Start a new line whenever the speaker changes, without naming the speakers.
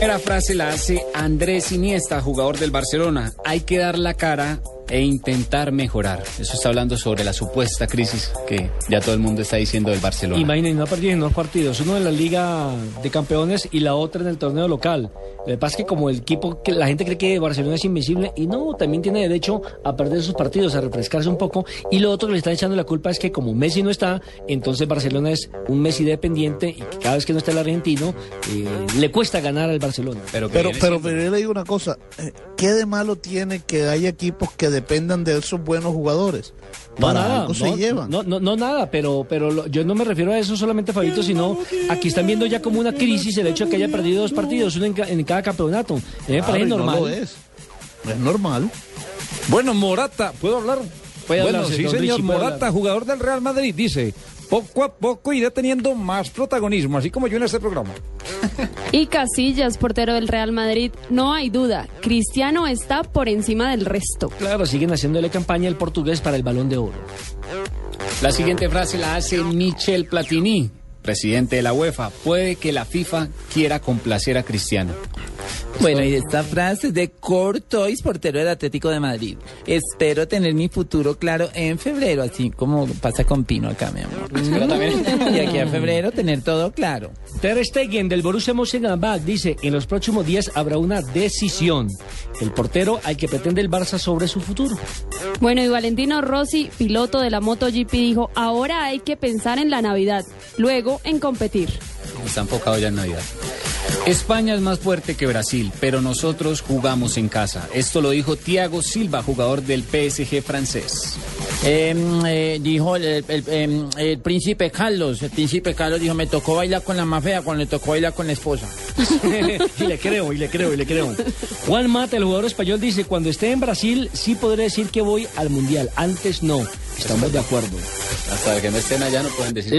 La frase la hace Andrés Iniesta, jugador del Barcelona. Hay que dar la cara e intentar mejorar. Eso está hablando sobre la supuesta crisis que ya todo el mundo está diciendo del Barcelona.
Imaginen, no perdí en dos partidos, uno en la Liga de Campeones y la otra en el torneo local. Lo que pasa es que como el equipo, que la gente cree que Barcelona es invisible y no, también tiene derecho a perder sus partidos, a refrescarse un poco. Y lo otro que le están echando la culpa es que como Messi no está, entonces Barcelona es un Messi dependiente y que cada vez que no está el argentino eh, le cuesta ganar al Barcelona.
Pero, que
Pero,
viene
pero,
siendo-
pero yo le digo una cosa, eh, ¿qué de malo tiene que haya equipos que dependan de esos buenos jugadores?
No,
Para
nada,
algo
no,
se llevan.
No, no, no, nada, pero, pero lo- yo no me refiero a eso solamente, Fabito, sino aquí están viendo ya como una crisis el hecho de que haya perdido dos partidos, uno en, ca- en cada campeonato. A mí Me
Claro,
parece
y no
normal.
lo es. No es normal.
Bueno, Morata, ¿puedo hablar?
Puede
bueno,
hablar,
sí,
don
señor.
Richie, puede
Morata,
hablar.
jugador del Real Madrid, dice, poco a poco iré teniendo más protagonismo, así como yo en este programa.
Y Casillas, portero del Real Madrid, no hay duda, Cristiano está por encima del resto.
Claro, siguen haciéndole campaña al portugués para el balón de oro.
La siguiente frase la hace Michel Platini, presidente de la UEFA. Puede que la FIFA quiera complacer a Cristiano.
Bueno, y esta frase es de Courtois, portero del Atlético de Madrid. Espero tener mi futuro claro en febrero, así como pasa con Pino acá, mi amor. Espero también de aquí a febrero tener todo claro.
Ter Stegen del Borussia Mönchengladbach dice, en los próximos días habrá una decisión. El portero al que pretende el Barça sobre su futuro.
Bueno, y Valentino Rossi, piloto de la MotoGP, dijo, ahora hay que pensar en la Navidad, luego en competir.
Está enfocado ya en Navidad. España es más fuerte que Brasil, pero nosotros jugamos en casa. Esto lo dijo Thiago Silva, jugador del PSG francés.
Em, eh, dijo el, el- el- em, el príncipe Carlos, el príncipe Carlos dijo, me tocó bailar con la más fea cuando le tocó bailar con la esposa.
y le creo, y le creo, y le creo. Juan Mata, el jugador español, dice, cuando esté en Brasil sí podré decir que voy al Mundial. Antes no. Estamos de acuerdo.
Hasta que no estén allá no pueden decir.